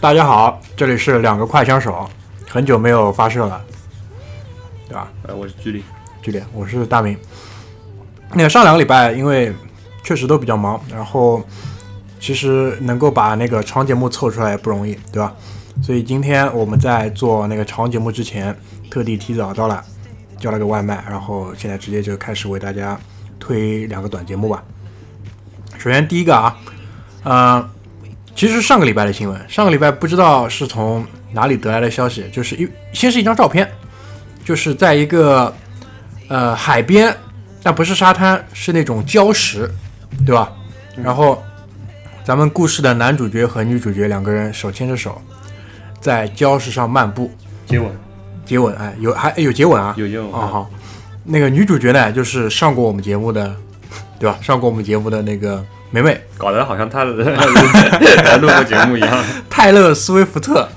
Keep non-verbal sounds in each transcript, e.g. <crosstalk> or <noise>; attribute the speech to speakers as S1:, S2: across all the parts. S1: 大家好，这里是两个快枪手，很久没有发射了，对吧？
S2: 呃，我是居里，
S1: 据点，我是大明。那上两个礼拜因为确实都比较忙，然后其实能够把那个长节目凑出来也不容易，对吧？所以今天我们在做那个长节目之前，特地提早到了，叫了个外卖，然后现在直接就开始为大家推两个短节目吧。首先第一个啊，呃，其实上个礼拜的新闻，上个礼拜不知道是从哪里得来的消息，就是一先是一张照片，就是在一个呃海边，但不是沙滩，是那种礁石，对吧？
S2: 嗯
S1: 然后咱们故事的男主角和女主角两个人手牵着手，在礁石上漫步，
S2: 接吻
S1: 接吻，哎，有还有接吻啊？
S2: 有接吻
S1: 啊、好，那个女主角呢，就是上过我们节目的，对吧？上过我们节目的那个梅梅，
S2: 搞得好像他来录过节目一 <laughs> 样。
S1: 泰勒·斯威夫特，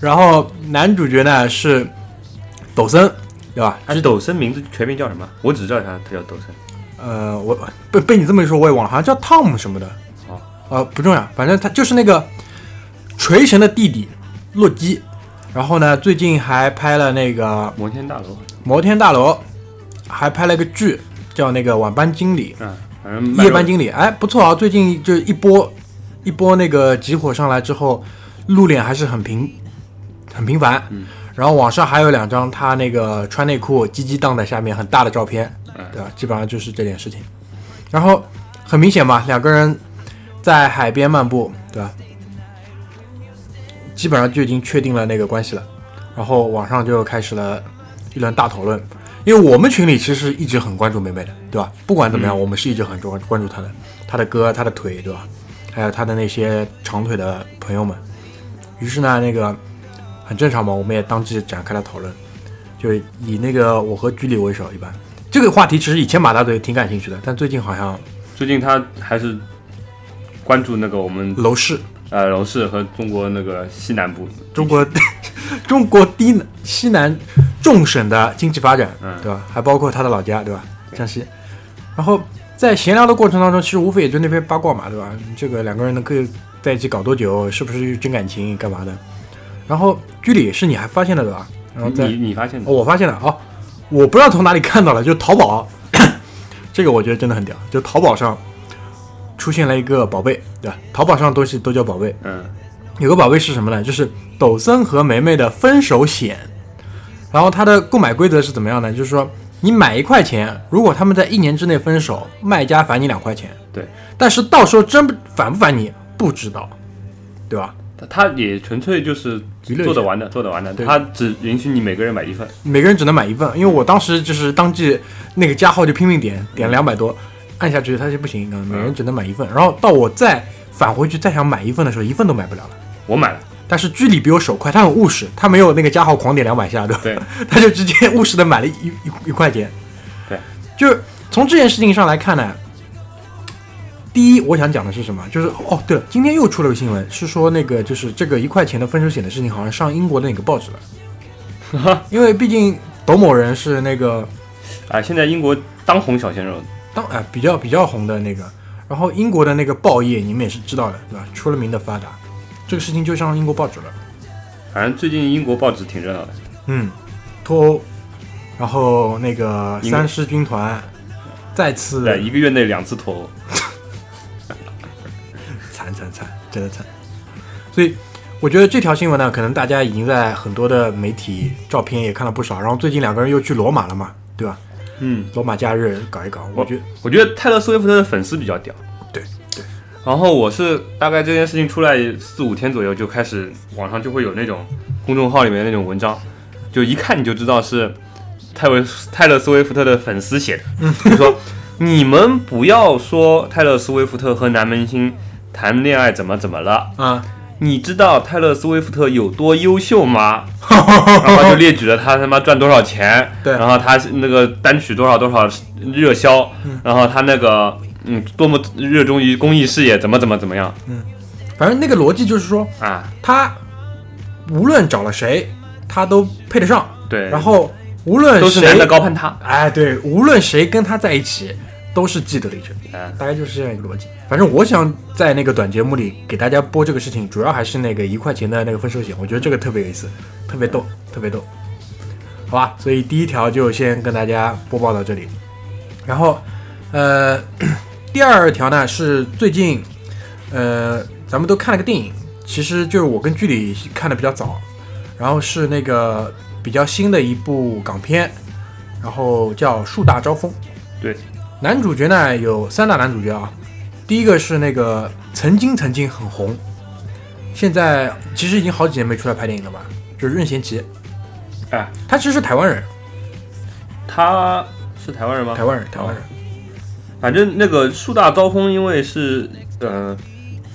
S1: 然后男主角呢是抖森，对吧？
S2: 他是抖森名字全名叫什么？我只知道他他叫抖森。
S1: 呃，我被被你这么一说，我也忘了，好像叫 Tom 什么的。
S2: 哦
S1: 呃，不重要，反正他就是那个锤神的弟弟洛基。然后呢，最近还拍了那个《
S2: 摩天大楼，
S1: 摩天大楼》，还拍了个剧叫那个《晚班经理
S2: 嗯，反正卖》
S1: 夜
S2: 肉
S1: 班经理。哎，不错啊，最近就是一波一波那个集火上来之后，露脸还是很频很频繁。
S2: 嗯
S1: 然后网上还有两张他那个穿内裤、鸡鸡荡在下面很大的照片，
S2: 嗯
S1: 对吧？基本上就是这点事情。然后很明显嘛，两个人在海边漫步，对吧？基本上就已经确定了那个关系了。然后网上就开始了一轮大讨论，因为我们群里其实一直很关注梅梅的，对吧？不管怎么样，我们是一直很关关注她的，她的歌、她的腿，对吧？还有她的那些长腿的朋友们。于是呢，那个很正常嘛，我们也当即展开了讨论，就以那个我和居里为首，一般这个话题其实以前马大嘴挺感兴趣的，但最近好像
S2: 最近他还是关注那个我们
S1: 楼市，
S2: 呃楼市和中国那个西南部，
S1: 中
S2: <laughs>
S1: 国中国低南西南重省的经济发展，
S2: 嗯
S1: 对吧？还包括他的老家，对吧？江西。然后在闲聊的过程当中，其实无非也就那边八卦嘛，对吧？这个两个人能可以在一起搞多久，是不是真感情，干嘛的？然后居里是你还发现了对吧？然后在
S2: 你你发现的
S1: 哦，我发现了哦，我不知道从哪里看到了，就淘宝， <coughs> 这个我觉得真的很屌，就淘宝上出现了一个宝贝，对吧？淘宝上东西都叫宝贝，
S2: 嗯，
S1: 有个宝贝是什么呢？就是抖森和梅梅的分手险。然后它的购买规则是怎么样呢？就是说你买一块钱，如果他们在一年之内分手，卖家返你两块钱。
S2: 对，
S1: 但是到时候真返不返你不知道，对吧？
S2: 他他也纯粹就是
S1: 娱乐一下
S2: 做着玩的，做着玩的，
S1: 对
S2: 他只允许你每个人买一份，
S1: 每个人只能买一份，因为我当时就是当即那个加号就拼命点，点两百多，按下去它就不行，嗯每人只能买一份。然后到我再返回去再想买一份的时候，一份都买不了了。
S2: 我买了，
S1: 但是居里比我手快，他很务实，他没有那个加号狂点两百下，对吧？
S2: 对，
S1: <laughs> 他就直接务实的买了一一一一块钱。
S2: 对，
S1: 就是从这件事情上来看呢，第一我想讲的是什么？就是哦，对了，今天又出了个新闻，是说那个就是这个一块钱的分手险的事情，好像上英国的哪个报纸
S2: <laughs>
S1: 了，因为毕竟董某人是那个
S2: 啊，现在英国当红小鲜肉，
S1: 当哎、比较比较红的那个，然后英国的那个报业你们也是知道的，对吧？出了名的发达，这个事情就上英国报纸了。
S2: 反正最近英国报纸挺热闹的，
S1: 嗯，脱欧，然后那个
S2: 英国
S1: 三狮军团再次
S2: 对，一个月内两次脱欧，
S1: 惨惨惨，真的惨。所以我觉得这条新闻呢，可能大家已经在很多的媒体照片也看了不少。然后最近两个人又去罗马了嘛，对吧？
S2: 嗯。
S1: 罗马假日搞一搞，我觉得
S2: 我觉得泰勒·斯威夫特的粉丝比较屌。
S1: 对对。
S2: 然后我是大概这件事情出来四五天左右，就开始网上就会有那种公众号里面那种文章，就一看你就知道是泰维泰勒·斯威夫特的粉丝写的。
S1: <laughs>
S2: 就说你们不要说泰勒·斯威夫特和男明星谈恋爱怎么怎么了，
S1: 啊，
S2: 你知道泰勒·斯威夫特有多优
S1: <laughs>
S2: 秀吗？然后就列举了他他妈赚多少钱，
S1: 对
S2: 然后他那个单曲多少多少热销，
S1: 嗯
S2: 然后他那个嗯多么热衷于公益事业，怎么怎么怎么样
S1: 反正那个逻辑就是说，
S2: 啊？
S1: 他无论找了谁，他都配得上。
S2: 对，
S1: 然后无论
S2: 都是男
S1: 谁
S2: 的高攀他，
S1: 哎，对，无论谁跟他在一起，都是记得了一圈，
S2: 啊，
S1: 大概就是这样一个逻辑。反正我想在那个短节目里给大家播这个事情，主要还是那个一块钱的那个分手险，我觉得这个特别有意思，特别逗，特别逗，好吧？所以第一条就先跟大家播报到这里，然后呃，第二条呢是最近呃咱们都看了个电影，其实就是我跟剧里看的比较早，然后是那个比较新的一部港片，然后叫《树大招风》。
S2: 对，
S1: 男主角呢有三大男主角啊，第一个是那个曾经曾经很红，现在其实已经好几年没出来拍电影了吧，就是任贤齐，
S2: 哎，
S1: 他其实是台湾人，
S2: 他是台湾人吗？
S1: 台湾人，台湾人，
S2: 反正那个树大招风，因为是呃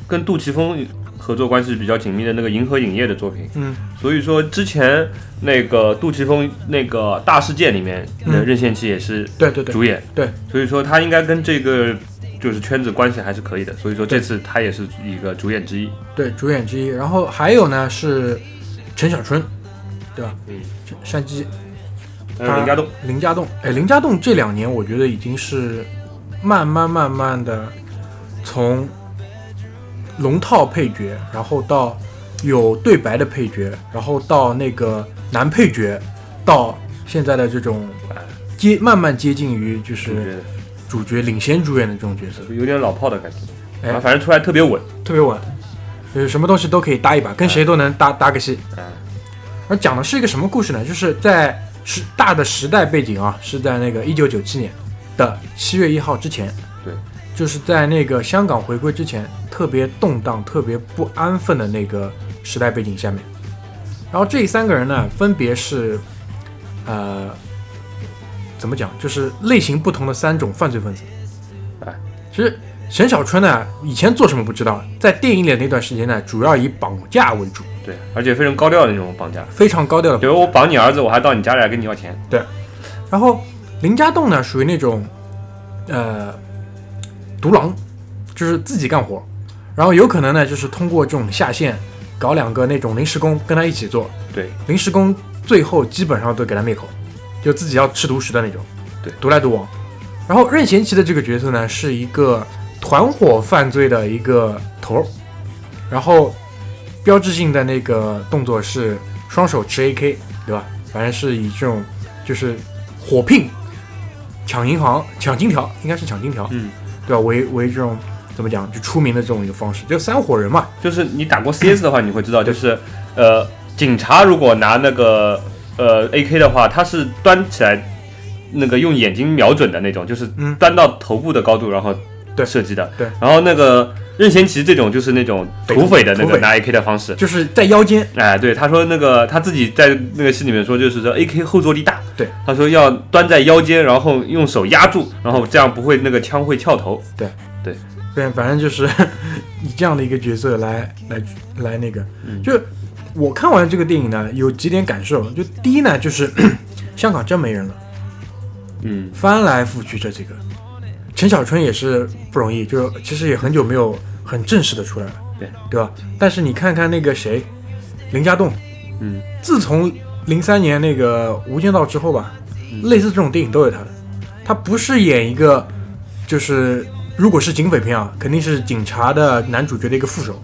S2: 跟杜琪峰合作关系比较紧密的那个银河影业的作品，
S1: 嗯，
S2: 所以说之前那个杜琪峰那个大事件里面的
S1: 嗯
S2: 任贤齐也是
S1: 对对对，
S2: 主演，
S1: 对
S2: 所以说他应该跟这个就是圈子关系还是可以的，所以说这次他也是一个主演之一，
S1: 对，主演之一。然后还有呢是陈小春，对吧？
S2: 嗯，
S1: 山鸡
S2: 还有林家栋，
S1: 林家栋，哎，林家栋这两年我觉得已经是慢慢慢慢的从龙套配角，然后到有对白的配角，然后到那个男配角，到现在的这种接慢慢接近于就
S2: 我觉
S1: 是
S2: 得
S1: 主角领衔主演的这种角色，
S2: 有点老炮的感觉，
S1: 哎
S2: 然后反正出来特别稳，
S1: 特别稳，就是什么东西都可以搭一把，跟谁都能搭搭个戏。
S2: 嗯，
S1: 而讲的是一个什么故事呢？就是在时大的时代背景啊，是在那个一九九七年的七月一号之前，
S2: 对，
S1: 就是在那个香港回归之前特别动荡、特别不安分的那个时代背景下面。然后这三个人呢，分别是，呃，怎么讲，就是类型不同的三种犯罪分子。
S2: 哎，
S1: 其实沈小春呢，以前做什么不知道，在电影里的那段时间呢，主要以绑架为主，
S2: 对，而且非常高调的那种绑架，
S1: 非常高调的
S2: 比如我绑你儿子，我还到你家里来跟你要钱，
S1: 然后林家栋呢，属于那种呃独狼，就是自己干活，然后有可能呢，就是通过这种下线搞两个那种临时工跟他一起做，
S2: 对，
S1: 临时工最后基本上都给他灭口，就自己要吃独食的那种，
S2: 对，
S1: 独来独往。然后任贤齐的这个角色呢，是一个团伙犯罪的一个头儿，然后标志性的那个动作是双手持 AK，对吧？反正是以这种就是火拼抢银行、抢金条，应该是抢金条，
S2: 嗯，
S1: 对吧？为为这种怎么讲就出名的这种一个方式，就三伙人嘛，
S2: 就是你打过 CS 的话，你会知道，就是呃，警察如果拿那个呃 AK 的话，他是端起来那个用眼睛瞄准的那种，就是
S1: 嗯
S2: 端到头部的高度，然后
S1: 对
S2: 射击的。
S1: 对
S2: 然后那个任贤齐这种就是那种
S1: 匪
S2: 土匪的那
S1: 土
S2: 个
S1: 匪
S2: 拿 AK 的方式。
S1: 就是在腰间，
S2: 哎，对，他说那个他自己在那个戏里面说，就是说 AK 后坐力大，
S1: 对，
S2: 他说要端在腰间，然后用手压住，然后这样不会那个枪会翘头。
S1: 对，反正就是 <laughs> 以这样的一个角色来来来那个，
S2: 嗯
S1: 就我看完这个电影呢，有几点感受。就第一呢，就是 <coughs> 香港真没人了，
S2: 嗯，
S1: 翻来覆去这几个，陈小春也是不容易，就其实也很久没有很正式的出来了，
S2: 对
S1: 对吧？但是你看看那个谁，林家栋，
S2: 嗯，
S1: 自从零三年那个《无间道》之后吧，
S2: 嗯
S1: 类似这种电影都有他的。他不是演一个，就是如果是警匪片啊，肯定是警察的男主角的一个副手，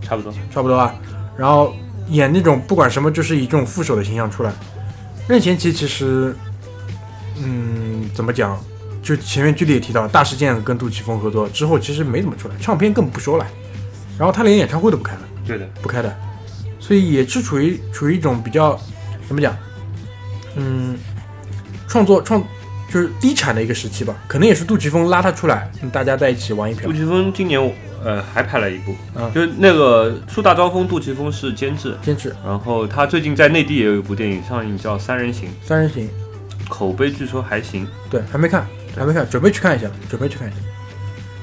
S2: 差不多。
S1: 差不多吧。然后演那种不管什么，就是以这种副手的形象出来。任贤齐其实，嗯，怎么讲？就前面剧里也提到，大事件跟杜琪峰合作之后，其实没怎么出来，唱片更不说了。然后他连演唱会都不开了。
S2: 对的，
S1: 不开的，所以也是处于处于一种比较怎么讲，嗯，创作创就是低产的一个时期吧，可能也是杜琪峰拉他出来，嗯大家在一起玩一票
S2: 杜，琪峰今年呃还拍了一部，
S1: 嗯
S2: 就是那个《树大招风》，杜琪峰是监制，
S1: 坚持
S2: 然后他最近在内地也有一部电影上映，叫《三人行
S1: 三人行，》，
S2: 口碑据说还行。
S1: 对，还没看，还没看，准备去看一下，准备去看一下。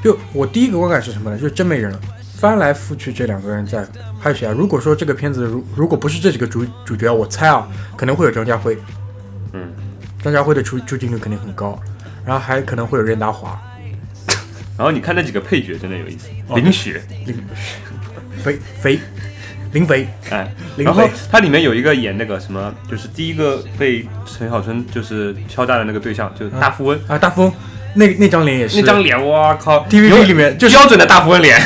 S1: 就我第一个观感是什么呢？就是真没人了，翻来覆去这两个人在，还有谁啊？如果说这个片子如如果不是这几个主主角，我猜啊，可能会有张家辉，
S2: 嗯，
S1: 张家辉的出出镜率肯定很高，然后还可能会有任达华，
S2: 然后你看那几个配角真的有意思，
S1: 哦
S2: 林雪，
S1: 林肥肥林肥
S2: 哎，
S1: <laughs> 林
S2: 然后
S1: 肥，
S2: 它里面有一个演那个什么，就是第一个被陈小春就是敲诈的那个对象，就是大富翁，
S1: 啊，大风那那张脸也是
S2: 那张脸，哇靠
S1: TVB 里面就是
S2: 标准的大富翁脸，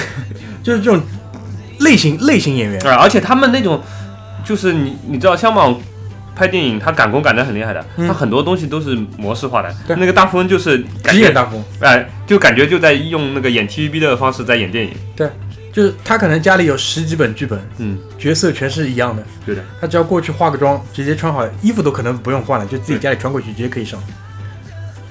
S1: 就是这种类型类型演员，
S2: 对，而且他们那种就是你你知道香港拍电影，他赶工赶得很厉害的，
S1: 嗯
S2: 他很多东西都是模式化的。
S1: 对
S2: 那个大富翁就是感
S1: 职业
S2: 觉
S1: 大风。
S2: 哎、就感觉就在用那个演 TVB 的方式在演电影。
S1: 就是他可能家里有十几本剧本，
S2: 嗯，
S1: 角色全是一样的，
S2: 对的，
S1: 他只要过去化个妆，直接穿好，衣服都可能不用换了，就自己家里穿过去直接可以上。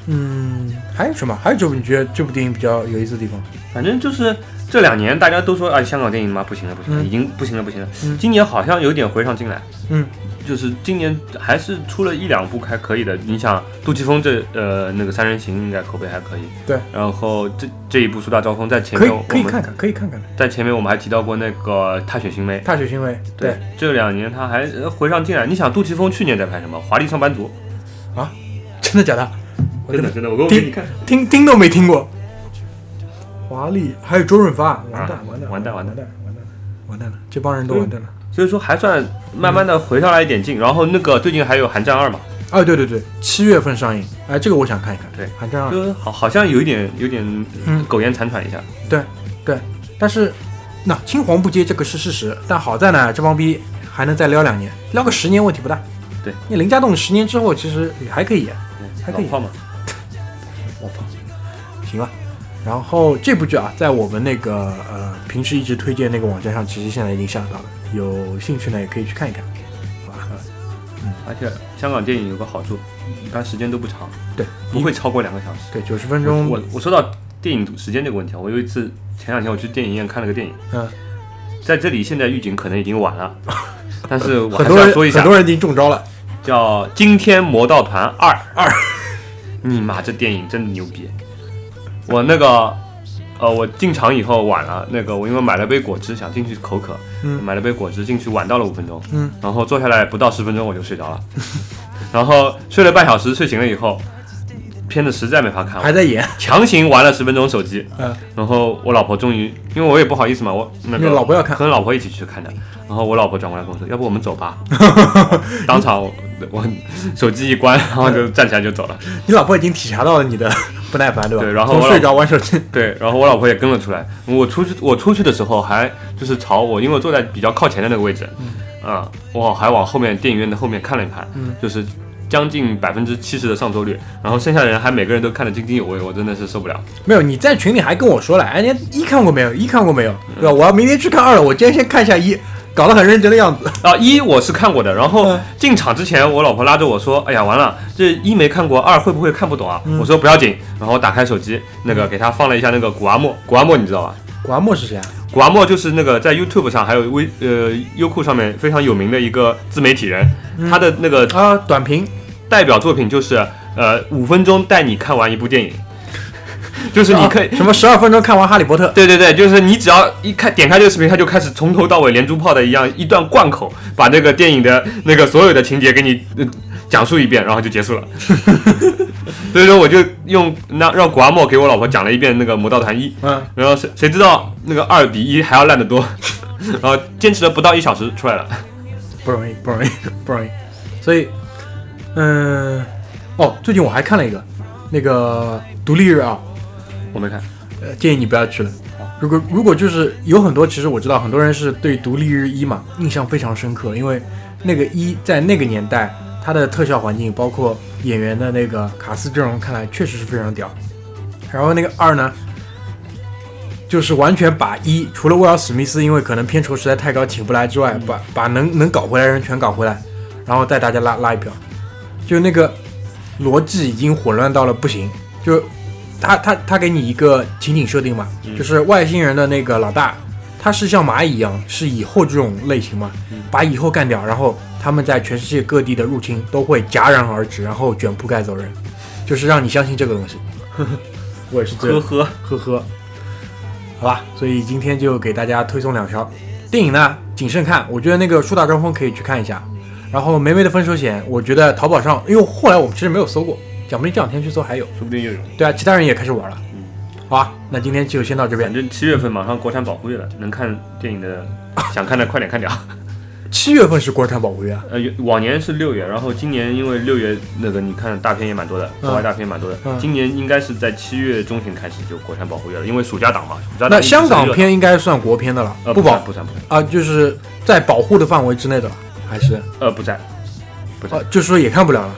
S1: 嗯，还有什么？还有什么你觉得这部电影比较有意思的地方？
S2: 反正就是这两年大家都说啊、香港电影嘛不行了，不行了，
S1: 嗯
S2: 已经不行了，不行了。
S1: 嗯
S2: 今年好像有点回上劲来。
S1: 嗯，
S2: 就是今年还是出了一两部还可以的。你想，杜琪峰这呃那个三人行应该口碑还可以。
S1: 对。
S2: 然后这这一部《树大招风》在前
S1: 可
S2: 面
S1: 以
S2: 我们哎
S1: 可以看看，可以看看的。
S2: 在前面我们还提到过那个《踏雪寻梅》。
S1: 踏雪寻梅，对，
S2: 这两年他还呃回上劲来。你想，杜琪峰去年在拍什么？《华丽上班族
S1: 真的假的？》。我真
S2: 真的
S1: 的
S2: 真的，我给我
S1: 第
S2: 给你看。
S1: 听听都没听过。华丽，还有周润发，完蛋
S2: 啊
S1: 完蛋
S2: 完蛋
S1: 完
S2: 完蛋
S1: 蛋完蛋完蛋了，这帮人都完蛋了。
S2: 所以说还算慢慢的回上来一点劲。然后那个最近还有《寒战二》嘛，
S1: 啊，对对对，七月份上映，哎，这个我想看一看。
S2: 对
S1: 韩战二，
S2: 就是好好像有一点有点
S1: 嗯
S2: 苟延残喘一下。
S1: 但是那青黄不接这个是事实，但好在呢，这帮逼还能再撩两年，撩个十年问题不大。
S2: 对，
S1: 你林家栋十年之后其实也还可以演，啊还可以
S2: 老 <laughs> 炮嘛，
S1: 我操，行吧。然后这部剧啊，在我们那个呃平时一直推荐那个网站上，其实现在已经下得到了，有兴趣呢也可以去看一看，好吧？
S2: 而且香港电影有个好处，一般时间都不长，
S1: 对，
S2: 不会超过两个小时。
S1: 对九十分钟，
S2: 我我说到电影时间这个问题啊，我有一次前两天我去电影院看了个电影，
S1: 嗯，
S2: 在这里现在预警可能已经
S1: <laughs>
S2: 晚了，但是我还
S1: 很
S2: 是
S1: 多
S2: 要
S1: 人
S2: 说一
S1: 很
S2: 下，
S1: 多人已经中招了。
S2: 叫《惊天魔盗团二二》，你妈这电影真的牛逼！我那个呃，我进场以后晚了，那个我因为买了杯果汁想进去口渴，
S1: 嗯
S2: 买了杯果汁进去晚到了五分钟，
S1: 嗯，
S2: 然后坐下来不到十分钟我就睡
S1: <laughs>
S2: 着了，然后睡了半小时，睡醒了以后，片子实在没法看，
S1: 还在演，
S2: 强行玩了十分钟手机，
S1: <laughs> 嗯，
S2: 然后我老婆终于，因为我也不好意思嘛，我那
S1: 你
S2: 个
S1: 老婆要看
S2: 跟老婆一起去看的，然后我老婆转过来跟我说，要不我们走
S1: <laughs>
S2: 吧，当场我我手机一关，然后就站起来就走了，
S1: 你老婆已经体察到了你的 <laughs> 不耐烦，对吧？
S2: 对然后
S1: 从
S2: 我老
S1: 睡着玩手机，
S2: 对，然后我老婆也跟了出来，我出去我出去的时候还就是朝我，因为我坐在比较靠前的那个位置，啊、我还往后面电影院的后面看了一盘，
S1: 嗯
S2: 就是。将近百分之七十的上座率，然后剩下的人还每个人都看得津津有味，我真的是受不了。
S1: 没有，你在群里还跟我说了，哎，你一看过没有？一看过没有？对吧？我要明天去看二了，我今天先看一下一，搞得很认真的样子。
S2: 啊，一我是看过的，然后
S1: 嗯
S2: 进场之前，我老婆拉着我说：“哎呀，完了，这一没看过，二会不会看不懂啊？”
S1: 嗯
S2: 我说不要紧，然后打开手机，那个给她放了一下那个古阿莫，古阿莫你知道吧？
S1: 古阿莫是谁啊？
S2: 古阿莫就是那个在 YouTube 上还有微呃优酷上面非常有名的一个自媒体人，
S1: 嗯
S2: 他的那个
S1: 啊，短评，
S2: 代表作品就是呃五分钟带你看完一部电影， <laughs> 就是你可以。
S1: 啊什么十二分钟看完《哈利波特》
S2: 对对对，就是你只要一看点开这个视频，他就开始从头到尾连珠炮的一样一段贯口，把那个电影的那个所有的情节给你、呃讲述一遍，然后就结束了。 <laughs> 所以说，我就用那让古阿莫给我老婆讲了一遍那个《魔盗团一》，
S1: 嗯，
S2: 然后谁谁知道那个二比一还要烂得多， <laughs> 然后坚持了不到一小时出来了。
S1: 不容易，不容易， <laughs> 不容易。所以，嗯、哦，最近我还看了一个，那个独立日啊，
S2: 我没看，
S1: 呃，建议你不要去了。如果如果就是有很多，其实我知道很多人是对独立日一嘛印象非常深刻，因为那个一在那个年代，它的特效环境包括演员的那个卡斯阵容，看来确实是非常屌。然后那个二呢，就是完全把一除了威尔史密斯，因为可能片酬实在太高请不来之外，把把能能搞回来的人全搞回来，然后带大家拉拉一票，就那个逻辑已经混乱到了不行，就他他他给你一个情景设定嘛，就是外星人的那个老大，他是像蚂蚁一样，是蚁后这种类型嘛，把蚁后干掉，然后他们在全世界各地的入侵都会戛然而止，然后卷铺盖走人，就是让你相信这个东西。我也是这样
S2: 呵呵，
S1: 呵呵，好吧，所以今天就给大家推送两条电影呢，谨慎看。我觉得那个《树大招风》可以去看一下，然后梅梅的分手险，我觉得淘宝上，因为后来我们其实没有搜过，讲不定这两天去搜还有。
S2: 说不定又有。
S1: 对啊，其他人也开始玩了
S2: 嗯。
S1: 好吧，那今天就先到这边
S2: 反。正七月份马上国产保护月了，能看电影的，想看的快点看点。
S1: 七月份是国产保护月啊，
S2: 呃，有往年是六月，然后今年因为六月那个你看大片也蛮多的，
S1: 嗯
S2: 国外大片也蛮多的。
S1: 嗯
S2: 今年应该是在七月中旬开始就国产保护月了，因为暑假档嘛，暑假档
S1: 那
S2: 一直
S1: 香港
S2: 是热
S1: 片应该算国片的了，
S2: 呃
S1: 不保
S2: 在不在不在
S1: 啊，就是在保护的范围之内的了，还是
S2: 呃不在不在、
S1: 啊，就是说也看不了了。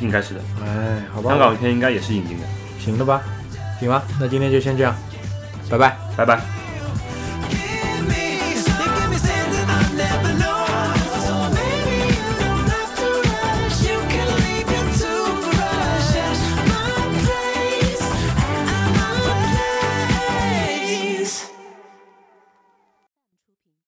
S2: 应该是的，
S1: 哎，好吧，
S2: 香港片应该也是引进的。
S1: 行了吧，行吧，那今天就先这样，拜拜。
S2: 拜拜。